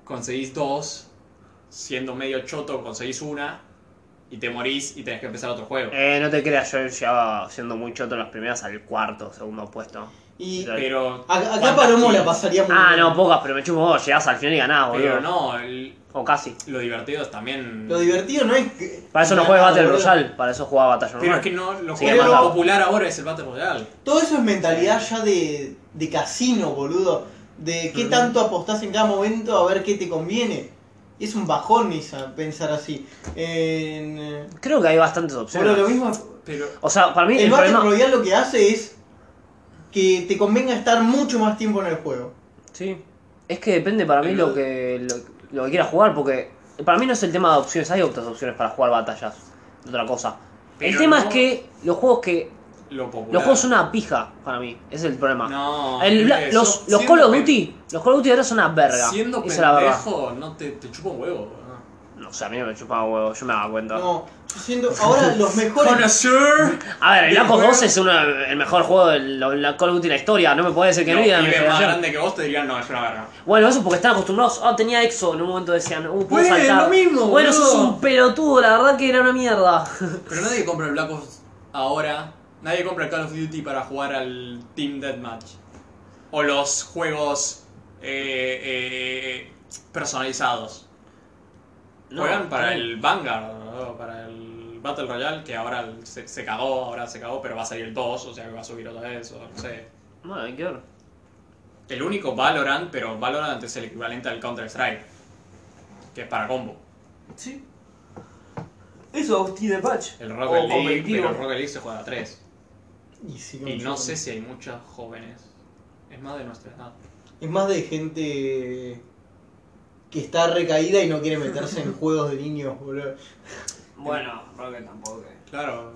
Speaker 2: conseguís dos, siendo medio choto conseguís una, y te morís y tenés que empezar otro juego.
Speaker 4: Eh, no te creas, yo llegaba siendo muy choto en las primeras al cuarto, segundo puesto.
Speaker 1: Y a-
Speaker 2: Pero,
Speaker 1: acá Palomo la pasaría muy
Speaker 4: Ah,
Speaker 1: bien.
Speaker 4: no, pocas, pero me chupo vos, llegás al final y ganás, boludo.
Speaker 2: pero no, el-
Speaker 4: O casi.
Speaker 2: lo divertido es también...
Speaker 1: Lo divertido no es que.
Speaker 4: Para eso no
Speaker 1: juegas
Speaker 4: juegas Battle Royale, para eso jugaba Battle Royale.
Speaker 2: pero es que no, lo
Speaker 4: Sí,
Speaker 2: juego más
Speaker 1: pero-
Speaker 2: popular ahora es el Battle Royale.
Speaker 1: Todo eso es mentalidad ya de, de casino, boludo. De qué tanto apostás en cada momento a ver qué te conviene. Y es un bajón, Misa, pensar así. En, eh,
Speaker 4: Creo que hay bastantes
Speaker 1: boludo,
Speaker 4: opciones.
Speaker 1: lo mismo.
Speaker 2: Pero
Speaker 4: O sea, para mí el,
Speaker 1: El Battle
Speaker 4: problema.
Speaker 1: Royale lo que hace es que te convenga estar mucho más tiempo en el juego.
Speaker 4: Sí. Es que depende para mí
Speaker 2: El-
Speaker 4: lo que, lo, lo que quieras jugar, porque para mí no es el tema de opciones, hay otras opciones para jugar batallas. Otra cosa. el
Speaker 2: Pero
Speaker 4: tema
Speaker 2: no-
Speaker 4: es que los juegos que.
Speaker 2: lo popular...
Speaker 4: Los juegos son una pija para mí, ese es el problema.
Speaker 2: No,
Speaker 4: El
Speaker 2: es
Speaker 4: Bla-
Speaker 2: que
Speaker 4: los,
Speaker 2: sos-
Speaker 4: los
Speaker 2: siendo
Speaker 4: Call of
Speaker 2: pen-
Speaker 4: Duty, los Call of Duty ahora son una verga.
Speaker 2: Siendo
Speaker 4: Esa es la verdad.
Speaker 2: pendejo, no te, te chupa un huevo.
Speaker 4: No sé, a mí no me chupaba huevo, yo me daba cuenta.
Speaker 1: No, yo siento. Ahora los mejores.
Speaker 2: Conocer.
Speaker 4: A ver, el
Speaker 2: Del
Speaker 4: Black Ops
Speaker 2: juego-
Speaker 4: 2 es uno, el mejor juego del la Call of Duty de la historia, no me puede decir que no.
Speaker 2: Los
Speaker 4: y dame
Speaker 2: pibes más
Speaker 4: generación.
Speaker 2: grandes que vos te dirían, no, es una verga.
Speaker 4: Bueno, eso porque están acostumbrados. Ah, tenía EXO. En un momento decían, uh, puedo
Speaker 2: Bueno,
Speaker 4: saltar.
Speaker 2: lo mismo,
Speaker 4: Bueno,
Speaker 2: boludo.
Speaker 4: sos un pelotudo, la verdad que era una mierda.
Speaker 2: Pero nadie compra el Black Ops ahora. Nadie compra el Call of Duty para jugar al Team Deathmatch. o los juegos eh, eh, personalizados.
Speaker 4: No,
Speaker 2: Juegan para
Speaker 4: también.
Speaker 2: el Vanguard, ¿no? para el Battle Royale, que ahora el- se, se cagó, ahora se cagó, pero va a salir el 2, o sea que va a subir otra vez, o no sé.
Speaker 4: No, hay que ver.
Speaker 2: El único Valorant, pero Valorant es el equivalente al Counter-Strike, que es para combo.
Speaker 3: Sí. Eso hostia de patch.
Speaker 2: El Rocket
Speaker 3: O
Speaker 2: League,
Speaker 3: competitivo.
Speaker 2: pero el Rocket League se juega a 3.
Speaker 1: Y, sí,
Speaker 2: Y no
Speaker 1: mucho.
Speaker 2: sé si hay muchos jóvenes. Es más de nuestra edad.
Speaker 1: Es más de gente que está recaída y no quiere meterse en juegos de niños, boludo.
Speaker 3: Bueno, Rocket tampoco.
Speaker 2: Claro.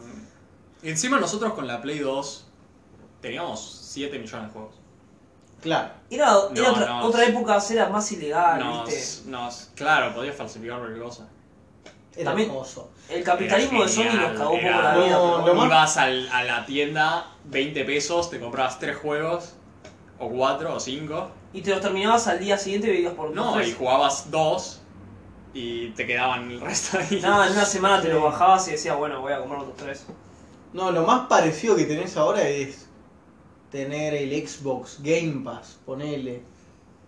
Speaker 2: Encima nosotros con la Play 2 teníamos 7 millones de juegos.
Speaker 1: Claro.
Speaker 3: Era, era
Speaker 2: No,
Speaker 3: otra,
Speaker 2: no.
Speaker 3: otra época, era más
Speaker 4: Ah,
Speaker 3: ilegal, ¿viste?
Speaker 2: Nos, nos, claro, podías falsificar cualquier cosa.
Speaker 1: Era
Speaker 3: También-
Speaker 1: hermoso.
Speaker 3: El capitalismo
Speaker 2: Era
Speaker 3: de Sony
Speaker 2: genial,
Speaker 3: nos cagó un
Speaker 2: era-
Speaker 3: poco la vida.
Speaker 1: No,
Speaker 3: pero bueno.
Speaker 1: lo más-
Speaker 2: Ibas al- a la tienda, 20 pesos, te comprabas 3 juegos, o 4 o 5.
Speaker 3: Y te los terminabas al día siguiente y veías por
Speaker 2: No,
Speaker 3: por
Speaker 2: y
Speaker 3: tres.
Speaker 2: jugabas 2 y te quedaban el resto ahí.
Speaker 3: Nada, en una semana te lo bajabas y decías, bueno, voy a comprar otros tres.
Speaker 1: No, lo más parecido que tenés ahora es tener el Xbox Game Pass, ponele,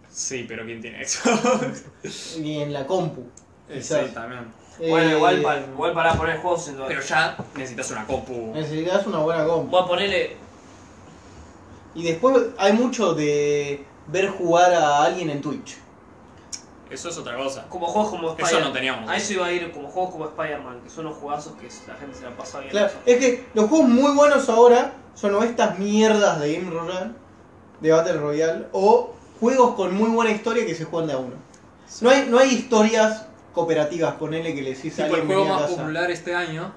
Speaker 2: Sí, pero ¿quién tiene Xbox?
Speaker 1: y en la compu.
Speaker 2: Eh,
Speaker 1: Quizás.
Speaker 2: sí, también.
Speaker 3: Bueno,
Speaker 1: Eh,
Speaker 3: igual, pa- igual para poner juegos en todo.
Speaker 2: Pero ya necesitas una compu.
Speaker 1: Necesitas una buena compu.
Speaker 3: Voy a ponerle.
Speaker 1: Y después hay mucho de ver jugar a alguien en Twitch.
Speaker 2: Eso es otra cosa.
Speaker 3: Como juegos como
Speaker 2: Eso
Speaker 3: Spider-Man.
Speaker 2: no teníamos.
Speaker 3: A eso iba a ir como juegos como Spider-Man, que son los jugazos que la gente se la pasa bien.
Speaker 1: Claro, es que los juegos muy buenos ahora son o estas mierdas de Game Royale, de Battle Royale, o juegos con muy buena historia que se juegan de a uno. No hay, no hay historias cooperativas, ponele que le decís a
Speaker 2: Tipo, el
Speaker 1: alguien
Speaker 2: juego
Speaker 1: "Vení a
Speaker 2: más
Speaker 1: casa".
Speaker 2: popular este año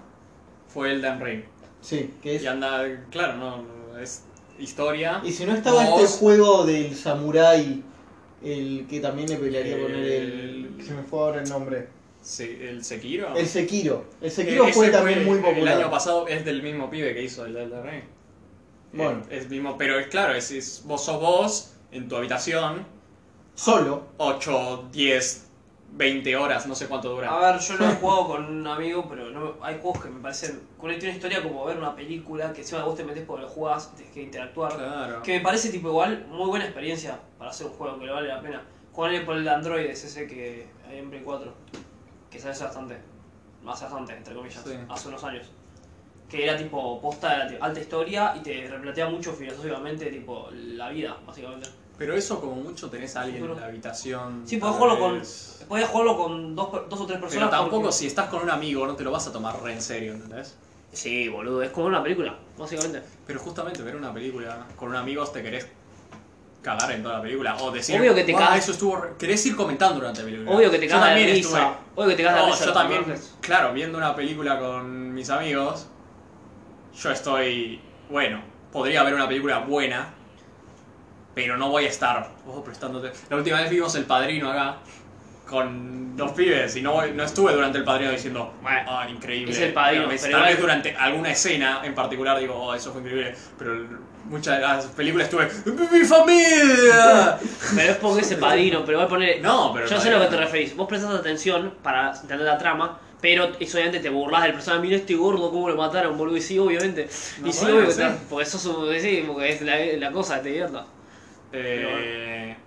Speaker 2: fue el Dan Ring.
Speaker 1: Sí, que es...
Speaker 2: Y anda, claro, no, no, es historia.
Speaker 1: Y si no estaba
Speaker 2: Vos-
Speaker 1: este juego del samurái, el que también le pelearía con él,
Speaker 2: El-
Speaker 1: el... Se me fue ahora el nombre.
Speaker 2: Se- el Sekiro.
Speaker 1: El Sekiro. El Sekiro
Speaker 2: Eh,
Speaker 1: fue
Speaker 2: ese
Speaker 1: también muy
Speaker 2: El año
Speaker 1: popular.
Speaker 2: pasado es del mismo pibe que hizo el Dan Ring. Eh,
Speaker 1: Bueno.
Speaker 2: Es, es mismo, pero es claro, es, es- vos sos vos en tu habitación,
Speaker 1: Solo.
Speaker 2: 8, 10, 20 horas, no sé cuánto dura.
Speaker 3: A ver, yo no he jugado con un amigo, pero no, hay juegos que me parecen. Con una historia como ver una película, que encima vos te metes porque lo jugás, tenés que interactuar.
Speaker 2: Claro.
Speaker 3: Que me parece tipo igual, muy buena experiencia para hacer un juego que le vale la pena. Jugarle por el Android es ese que hay en Play 4. Que sale hace bastante. Hace bastante, entre comillas.
Speaker 2: Sí.
Speaker 3: Hace unos años. Que era tipo posta, era tipo, alta historia y te replantea mucho filosóficamente tipo la vida, básicamente.
Speaker 2: Pero eso como mucho tenés a alguien en la habitación.
Speaker 1: pues,
Speaker 3: Sí, podés
Speaker 2: tal
Speaker 3: jugarlo con.
Speaker 2: vez.
Speaker 3: Podés jugarlo con dos, per- dos o tres personas.
Speaker 2: Pero tampoco
Speaker 3: porque-
Speaker 2: si estás con un amigo no te lo vas a tomar re en serio, ¿entendés?
Speaker 4: Sí, boludo, es como una película, básicamente.
Speaker 2: Pero justamente ver una película con un amigo te querés cagar en toda la película. O decir,
Speaker 4: Obvio que te
Speaker 2: "Guau,
Speaker 4: cagas".
Speaker 2: eso estuvo re-". Querés ir comentando durante la película.
Speaker 4: Obvio que te
Speaker 2: Yo
Speaker 4: cagas de
Speaker 2: también
Speaker 4: risa.
Speaker 2: estuve-
Speaker 4: Obvio que te cagas de
Speaker 2: No,
Speaker 4: risa.
Speaker 2: yo
Speaker 4: los
Speaker 2: también,
Speaker 4: personajes.
Speaker 2: claro, viendo una película con mis amigos, yo estoy, bueno, podría ver una película buena, pero no voy a estar vos prestándote. La última vez vimos El Padrino acá con dos pibes y no, voy- no estuve durante El Padrino diciendo, ah, increíble.
Speaker 4: es El Padrino,
Speaker 2: Tal vez,
Speaker 4: pero
Speaker 2: tal
Speaker 4: igual-
Speaker 2: vez durante alguna escena en particular digo, oh, eso fue increíble, pero el- muchas de las películas estuve, ¡mi familia!
Speaker 4: Pero es porque ese padrino, pero voy a poner.
Speaker 2: No, pero
Speaker 4: Yo
Speaker 2: no
Speaker 4: sé lo
Speaker 2: era-
Speaker 4: que te referís. Vos prestás atención para entender la trama, pero eso obviamente te burlas del personaje. Mira este gordo, cómo lo mataron, boludo. Y sí, obviamente.
Speaker 2: No,
Speaker 4: y sí,
Speaker 2: bueno,
Speaker 4: obvio que
Speaker 2: sí.
Speaker 4: te- Porque eso es, un- sí, porque es la, la cosa, este te diviertas.
Speaker 2: Eh,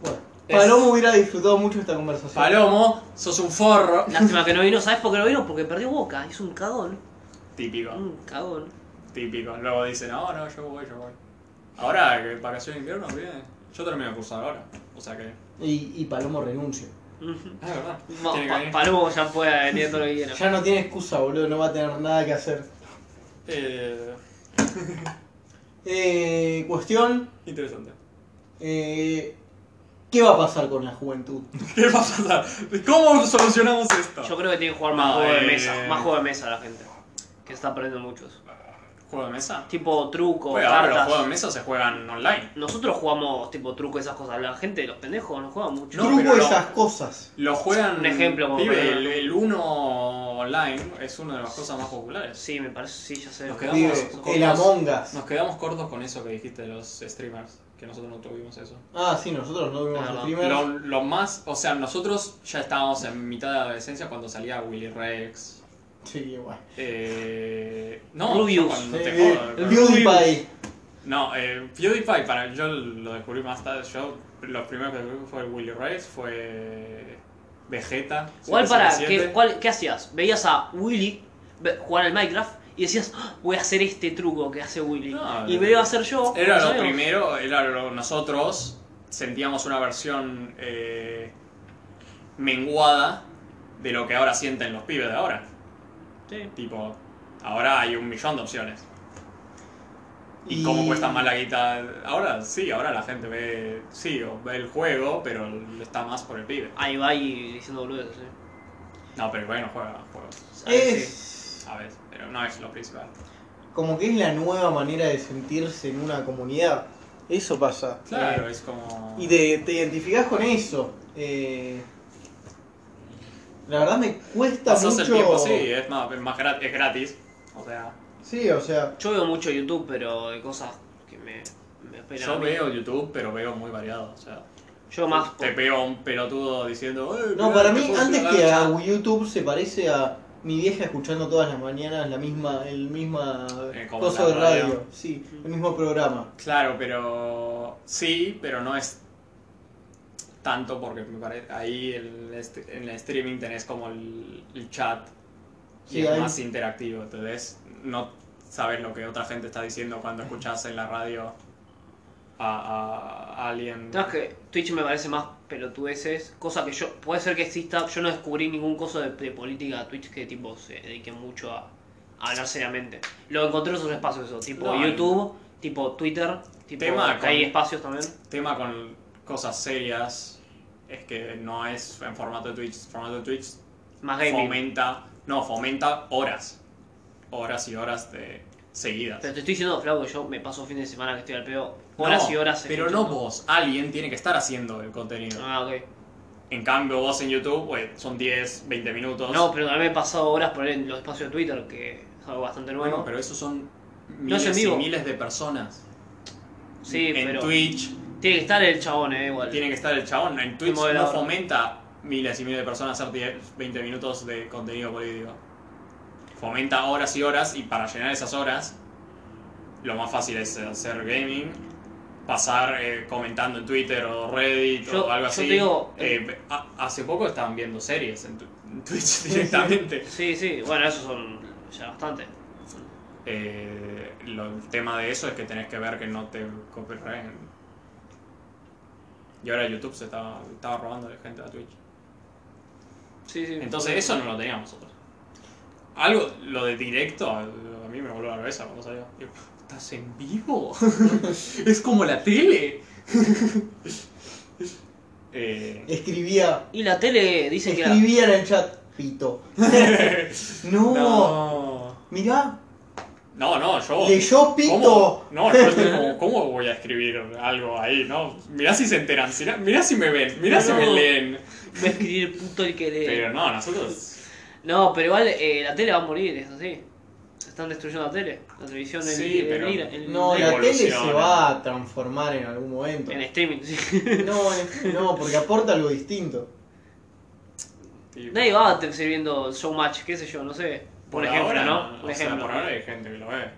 Speaker 1: Bueno.
Speaker 2: Es-
Speaker 1: Palomo hubiera disfrutado mucho esta conversación.
Speaker 2: Palomo, sos un forro.
Speaker 4: Lástima que no vino. ¿Sabes por qué no vino? Porque perdió boca. Es un cagón.
Speaker 2: Típico.
Speaker 4: Un cagón.
Speaker 2: Típico. Luego dicen, no, no, yo voy, yo voy. Ahora, que vacaciones de invierno, bien. Yo termino de cursar ahora. O sea que.
Speaker 1: Y, y Palomo renuncia.
Speaker 4: Ujú.
Speaker 2: Ah, es verdad.
Speaker 4: No,
Speaker 2: Tiene que
Speaker 4: Pa-
Speaker 2: venir.
Speaker 4: Palomo ya puede venir todo lo que quiera.
Speaker 1: Ya no tiene excusa, boludo. No va a tener nada que hacer.
Speaker 2: Eh,
Speaker 1: Eh, cuestión.
Speaker 2: interesante.
Speaker 1: eh, ¿Qué va a pasar con la juventud?
Speaker 2: ¿Qué va a pasar? ¿Cómo solucionamos esto?
Speaker 4: Yo creo que tiene que jugar más
Speaker 2: No,
Speaker 4: juego de
Speaker 2: eh,
Speaker 4: mesa. Más juego de mesa la gente. Que se está perdiendo muchos.
Speaker 2: ¿Juego de mesa?
Speaker 4: Tipo truco,
Speaker 2: Bueno, ahora los
Speaker 4: cartas.
Speaker 2: juegos de mesa se juegan online.
Speaker 4: Nosotros jugamos tipo truco, esas cosas. La gente de los pendejos no juega mucho.
Speaker 2: No,
Speaker 1: Truco
Speaker 2: pero no.
Speaker 1: esas cosas.
Speaker 2: Lo juegan.
Speaker 4: Un ejemplo, como
Speaker 2: pibe,
Speaker 4: para-
Speaker 2: el, el uno online es una de las cosas más populares.
Speaker 4: Sí, me parece, sí, ya sé.
Speaker 2: Nos quedamos
Speaker 1: Vive,
Speaker 2: con
Speaker 1: el
Speaker 2: los-
Speaker 1: Among Us.
Speaker 2: Nos quedamos cortos con eso que dijiste de los streamers. Que nosotros no tuvimos eso.
Speaker 1: Ah, sí, nosotros no vimos
Speaker 4: Ah, no.
Speaker 1: el primer.
Speaker 2: Lo, lo más, o sea, nosotros ya estábamos en mitad de la adolescencia cuando salía Willy Rex.
Speaker 1: Sí, igual.
Speaker 2: Eh, no,
Speaker 4: Rubius.
Speaker 2: no, cuando te
Speaker 1: Eh,
Speaker 2: jodo,
Speaker 1: el
Speaker 2: pero-
Speaker 1: PewDiePie.
Speaker 2: No, eh, PewDiePie, para, yo lo descubrí más tarde. Yo, los primeros que descubrí fue Willy Rex, fue Vegeta.
Speaker 4: Igual para,
Speaker 2: 77.
Speaker 4: ¿qué, cuál- qué hacías? Veías a Willy ve- jugar al Minecraft y decías, "Ah, voy a hacer este truco que hace Willy.
Speaker 2: No,
Speaker 4: y me lo iba a hacer yo.
Speaker 2: Era
Speaker 4: mis
Speaker 2: lo
Speaker 4: amigos.
Speaker 2: primero, era lo- nosotros sentíamos una versión eh, menguada de lo que ahora sienten los pibes de ahora.
Speaker 4: Sí.
Speaker 2: Tipo, ahora hay un millón de opciones. ¿Y, cómo
Speaker 1: Y-
Speaker 2: cuesta más la guita? Ahora sí, ahora la gente ve, sí, o ve el juego, pero está más por el pibe.
Speaker 4: Ahí va y diciendo boludeces. ¿eh?
Speaker 2: No, pero igual no juega a juegos,
Speaker 4: O sea, sí.
Speaker 1: Es
Speaker 2: a veces, pero no es lo principal.
Speaker 1: como que es la nueva manera de sentirse en una comunidad. Eso pasa.
Speaker 2: Claro,
Speaker 1: Eh,
Speaker 2: es como...
Speaker 1: y te, te identificás con eso. Eh, la verdad me cuesta
Speaker 2: Pasás
Speaker 1: mucho.
Speaker 2: el tiempo, eh. sí, es más, es más gratis, es gratis. O sea,
Speaker 1: Sí, o sea,
Speaker 4: Yo veo mucho YouTube, pero de cosas que me, me esperan. a
Speaker 2: yo
Speaker 4: mí.
Speaker 2: veo YouTube, pero veo muy variado, o sea...
Speaker 4: Yo más.
Speaker 2: Te
Speaker 4: por-
Speaker 2: veo un pelotudo diciendo. "Eh,
Speaker 1: no,
Speaker 2: mirá,
Speaker 1: para
Speaker 2: te
Speaker 1: mí
Speaker 2: puedo
Speaker 1: antes
Speaker 2: llevar
Speaker 1: que
Speaker 2: la
Speaker 1: a
Speaker 2: chan-".
Speaker 1: YouTube se parece a mi vieja escuchando todas las mañanas la misma el misma
Speaker 2: Eh, como
Speaker 1: coso
Speaker 2: la
Speaker 1: de radio,
Speaker 2: radio.
Speaker 1: sí, el mismo programa.
Speaker 2: Claro, pero. Sí, pero no es. Tanto porque me parece. Ahí el est- en el streaming tenés como el, el chat. Y
Speaker 1: Sí,
Speaker 2: es
Speaker 1: ahí-
Speaker 2: más interactivo. Entonces, no sabes lo que otra gente está diciendo cuando escuchás en la radio a, a- a alguien.
Speaker 4: No, es que Twitch me parece más pelotudeces, cosa que yo, puede ser que exista, yo no descubrí ningún coso de, de política de Twitch que tipo se dedique mucho a, a hablar seriamente. Lo encontré en esos espacios, eso, tipo
Speaker 2: No,
Speaker 4: YouTube, tipo Twitter, tipo
Speaker 2: Tema
Speaker 4: que
Speaker 2: con-
Speaker 4: hay espacios también.
Speaker 2: tema con cosas serias es que no es en formato de Twitch. Formato de Twitch
Speaker 4: Más gaming.
Speaker 2: fomenta, no, fomenta horas, horas y horas de seguidas.
Speaker 4: Pero te estoy diciendo, Flau, que yo me paso fin de semana que estoy al pedo,
Speaker 2: No,
Speaker 4: horas y horas.
Speaker 2: Pero no
Speaker 4: escuchando.
Speaker 2: vos, alguien tiene que estar haciendo el contenido.
Speaker 4: Ah, ok.
Speaker 2: En cambio, vos en YouTube, pues, son 10, 20 minutos.
Speaker 4: No, pero también he pasado horas por en los espacios de Twitter, que es algo bastante nuevo.
Speaker 2: bueno, pero esos son
Speaker 4: No es en
Speaker 2: miles y
Speaker 4: vivo.
Speaker 2: miles de personas.
Speaker 4: sí,
Speaker 2: en
Speaker 4: pero
Speaker 2: Twitch
Speaker 4: tiene que estar el chabón, eh, igual.
Speaker 2: tiene que estar el chabón. En Twitch no
Speaker 4: moderador.
Speaker 2: fomenta miles y miles de personas hacer 10, 20 minutos de contenido político. Fomenta horas y horas y para llenar esas horas lo más fácil es hacer gaming, pasar eh, comentando en Twitter o Reddit
Speaker 4: Yo-
Speaker 2: o algo
Speaker 4: yo
Speaker 2: así.
Speaker 4: te digo,
Speaker 2: Eh, ha- hace poco estaban viendo series en, tu- en Twitch directamente.
Speaker 4: Sí, sí, bueno, esos son ya bastante.
Speaker 2: Eh, lo- el tema de eso es que tenés que ver que no te copyrrighten. Y ahora YouTube se estaba, estaba robando de gente a Twitch.
Speaker 4: Sí, sí.
Speaker 2: Entonces eso no lo teníamos nosotros. Algo, lo de directo, a a mí me voló la cabeza cuando salió. Digo, ¿Estás en vivo? es como la tele. Eh,
Speaker 1: Escribía
Speaker 4: Y la tele dicen que era-
Speaker 1: escribía en el chat pito. no,
Speaker 2: no.
Speaker 1: mirá,
Speaker 2: No, no, yo...
Speaker 1: leyó pito.
Speaker 2: ¿Cómo? No, yo estoy como, ¿cómo voy a escribir algo ahí, no? Mirá si se enteran, si- mirá si me ven, mirá si me
Speaker 4: No.
Speaker 2: leen.
Speaker 4: va a escribir puto el que le...
Speaker 2: Pero no, nosotros...
Speaker 4: No, pero igual eh, la tele va a morir, es así. Se están destruyendo la tele, la televisión, el,
Speaker 2: Sí,
Speaker 4: el-
Speaker 2: pero-
Speaker 4: el- el-
Speaker 1: No, la tele se
Speaker 2: Evoluciona.
Speaker 1: va a transformar en algún momento.
Speaker 4: en streaming, sí.
Speaker 1: No, en- no, porque aporta algo distinto.
Speaker 4: Nadie va a estar viendo showmatch, qué sé yo, no sé. Por, ejemplo,
Speaker 2: ahora,
Speaker 4: ¿no? Por
Speaker 2: o sea,
Speaker 4: ejemplo.
Speaker 2: por ahora hay gente que lo ve.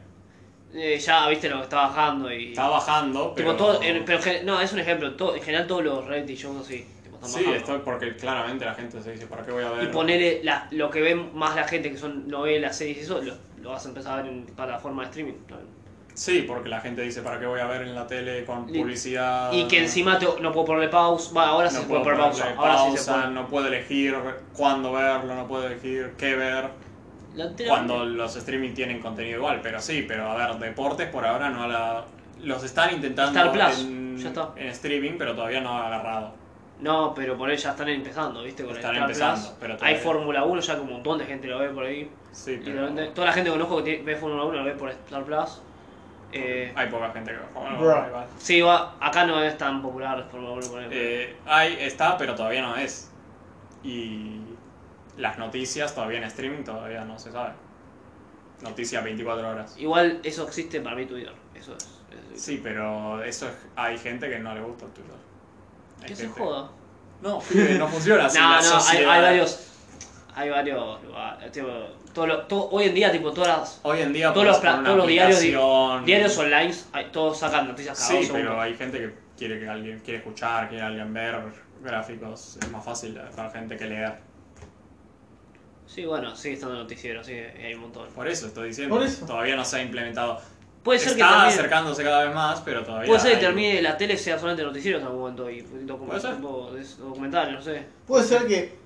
Speaker 4: Eh, ya viste lo que está bajando y...
Speaker 2: Está bajando, pero...
Speaker 4: Tipo, todo, en- pero gen- no, es un ejemplo. todo- en general todos los reality shows así. tipo, están
Speaker 2: Sí,
Speaker 4: bajando.
Speaker 2: estoy porque claramente la gente se dice, ¿para qué voy a ver?
Speaker 4: Y ponerle la- lo que ve más la gente, que son novelas, series y eso, lo, lo vas a empezar a ver en plataforma de streaming. ¿no?
Speaker 2: Sí, porque la gente dice, ¿para qué voy a ver en la tele con
Speaker 4: Y-
Speaker 2: publicidad?
Speaker 4: Y que encima te- no puedo ponerle pausa. Va, ahora
Speaker 2: no
Speaker 4: sí se puede
Speaker 2: puedo
Speaker 4: poner pausa.
Speaker 2: ponerle
Speaker 4: Ahora sí se
Speaker 2: pausa,
Speaker 4: puede.
Speaker 2: no puedo elegir cuándo verlo, no puedo elegir qué ver.
Speaker 4: La tele-
Speaker 2: Cuando los streaming tienen contenido igual, pero sí, pero a ver, deportes por ahora no la... Los están intentando
Speaker 4: Star Plus,
Speaker 2: en,
Speaker 4: ya está.
Speaker 2: en streaming, pero todavía no ha agarrado.
Speaker 4: No, pero por ahí ya están empezando, ¿viste? Con el
Speaker 2: Están
Speaker 4: Star
Speaker 2: empezando,
Speaker 4: Plus.
Speaker 2: pero
Speaker 4: Hay
Speaker 2: todavía-
Speaker 4: Fórmula 1, ya que un montón de gente lo ve por ahí.
Speaker 2: Sí,
Speaker 4: Y
Speaker 2: pero
Speaker 4: realmente, toda la gente que conozco que tiene- ve Fórmula 1 lo ve por Star Plus. Eh,
Speaker 2: hay poca gente que... bueno,
Speaker 1: Bruh.
Speaker 2: ahí va.
Speaker 4: sí, va, acá no es tan popular Fórmula 1 por ahí.
Speaker 2: Eh, hay, está, pero todavía no es. Y las noticias todavía en streaming todavía no se sabe. Noticias 24 horas.
Speaker 4: Igual eso existe para mí Twitter. Eso es. es-
Speaker 2: Sí, pero eso es, hay gente que no le gusta el Twitter. Hay
Speaker 4: que se
Speaker 2: gente-
Speaker 4: joda.
Speaker 2: No, pibe, no funciona así.
Speaker 4: No,
Speaker 2: la
Speaker 4: no, hay,
Speaker 2: sociedad.
Speaker 4: hay varios. Hay varios lugares. tipo, Todo lo- todo- hoy en día, tipo, todas las-
Speaker 2: Hoy en día pues, podés
Speaker 4: todos los, pla-
Speaker 2: poner una
Speaker 4: todos los diarios, di-
Speaker 2: aplicación.
Speaker 4: diarios online, hay- todos sacan noticias cada dos
Speaker 2: Sí,
Speaker 4: segundos.
Speaker 2: pero hay gente que quiere que alguien quiere escuchar, quiere alguien ver gráficos. Es más fácil para gente que leer.
Speaker 4: Sí, bueno, sigue estando el noticiero, sí, hay un montón.
Speaker 2: Por eso estoy diciendo.
Speaker 1: Por eso.
Speaker 2: Todavía no se ha implementado.
Speaker 4: Puede ser que
Speaker 2: Está
Speaker 4: termine,
Speaker 2: acercándose cada vez más, pero todavía.
Speaker 4: puede ser que
Speaker 2: hay-
Speaker 4: termine la tele sea solamente noticieros en algún momento y docu-
Speaker 2: Puede ser.
Speaker 4: tipo de- documental, no sé.
Speaker 1: Puede ser que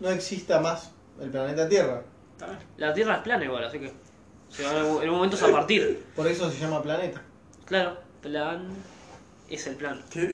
Speaker 1: no exista más el planeta Tierra.
Speaker 2: Está bien.
Speaker 4: La Tierra es plana igual, así que se van a- en un momento es a partir.
Speaker 1: Por eso se llama planeta.
Speaker 4: Claro, plan es el plan.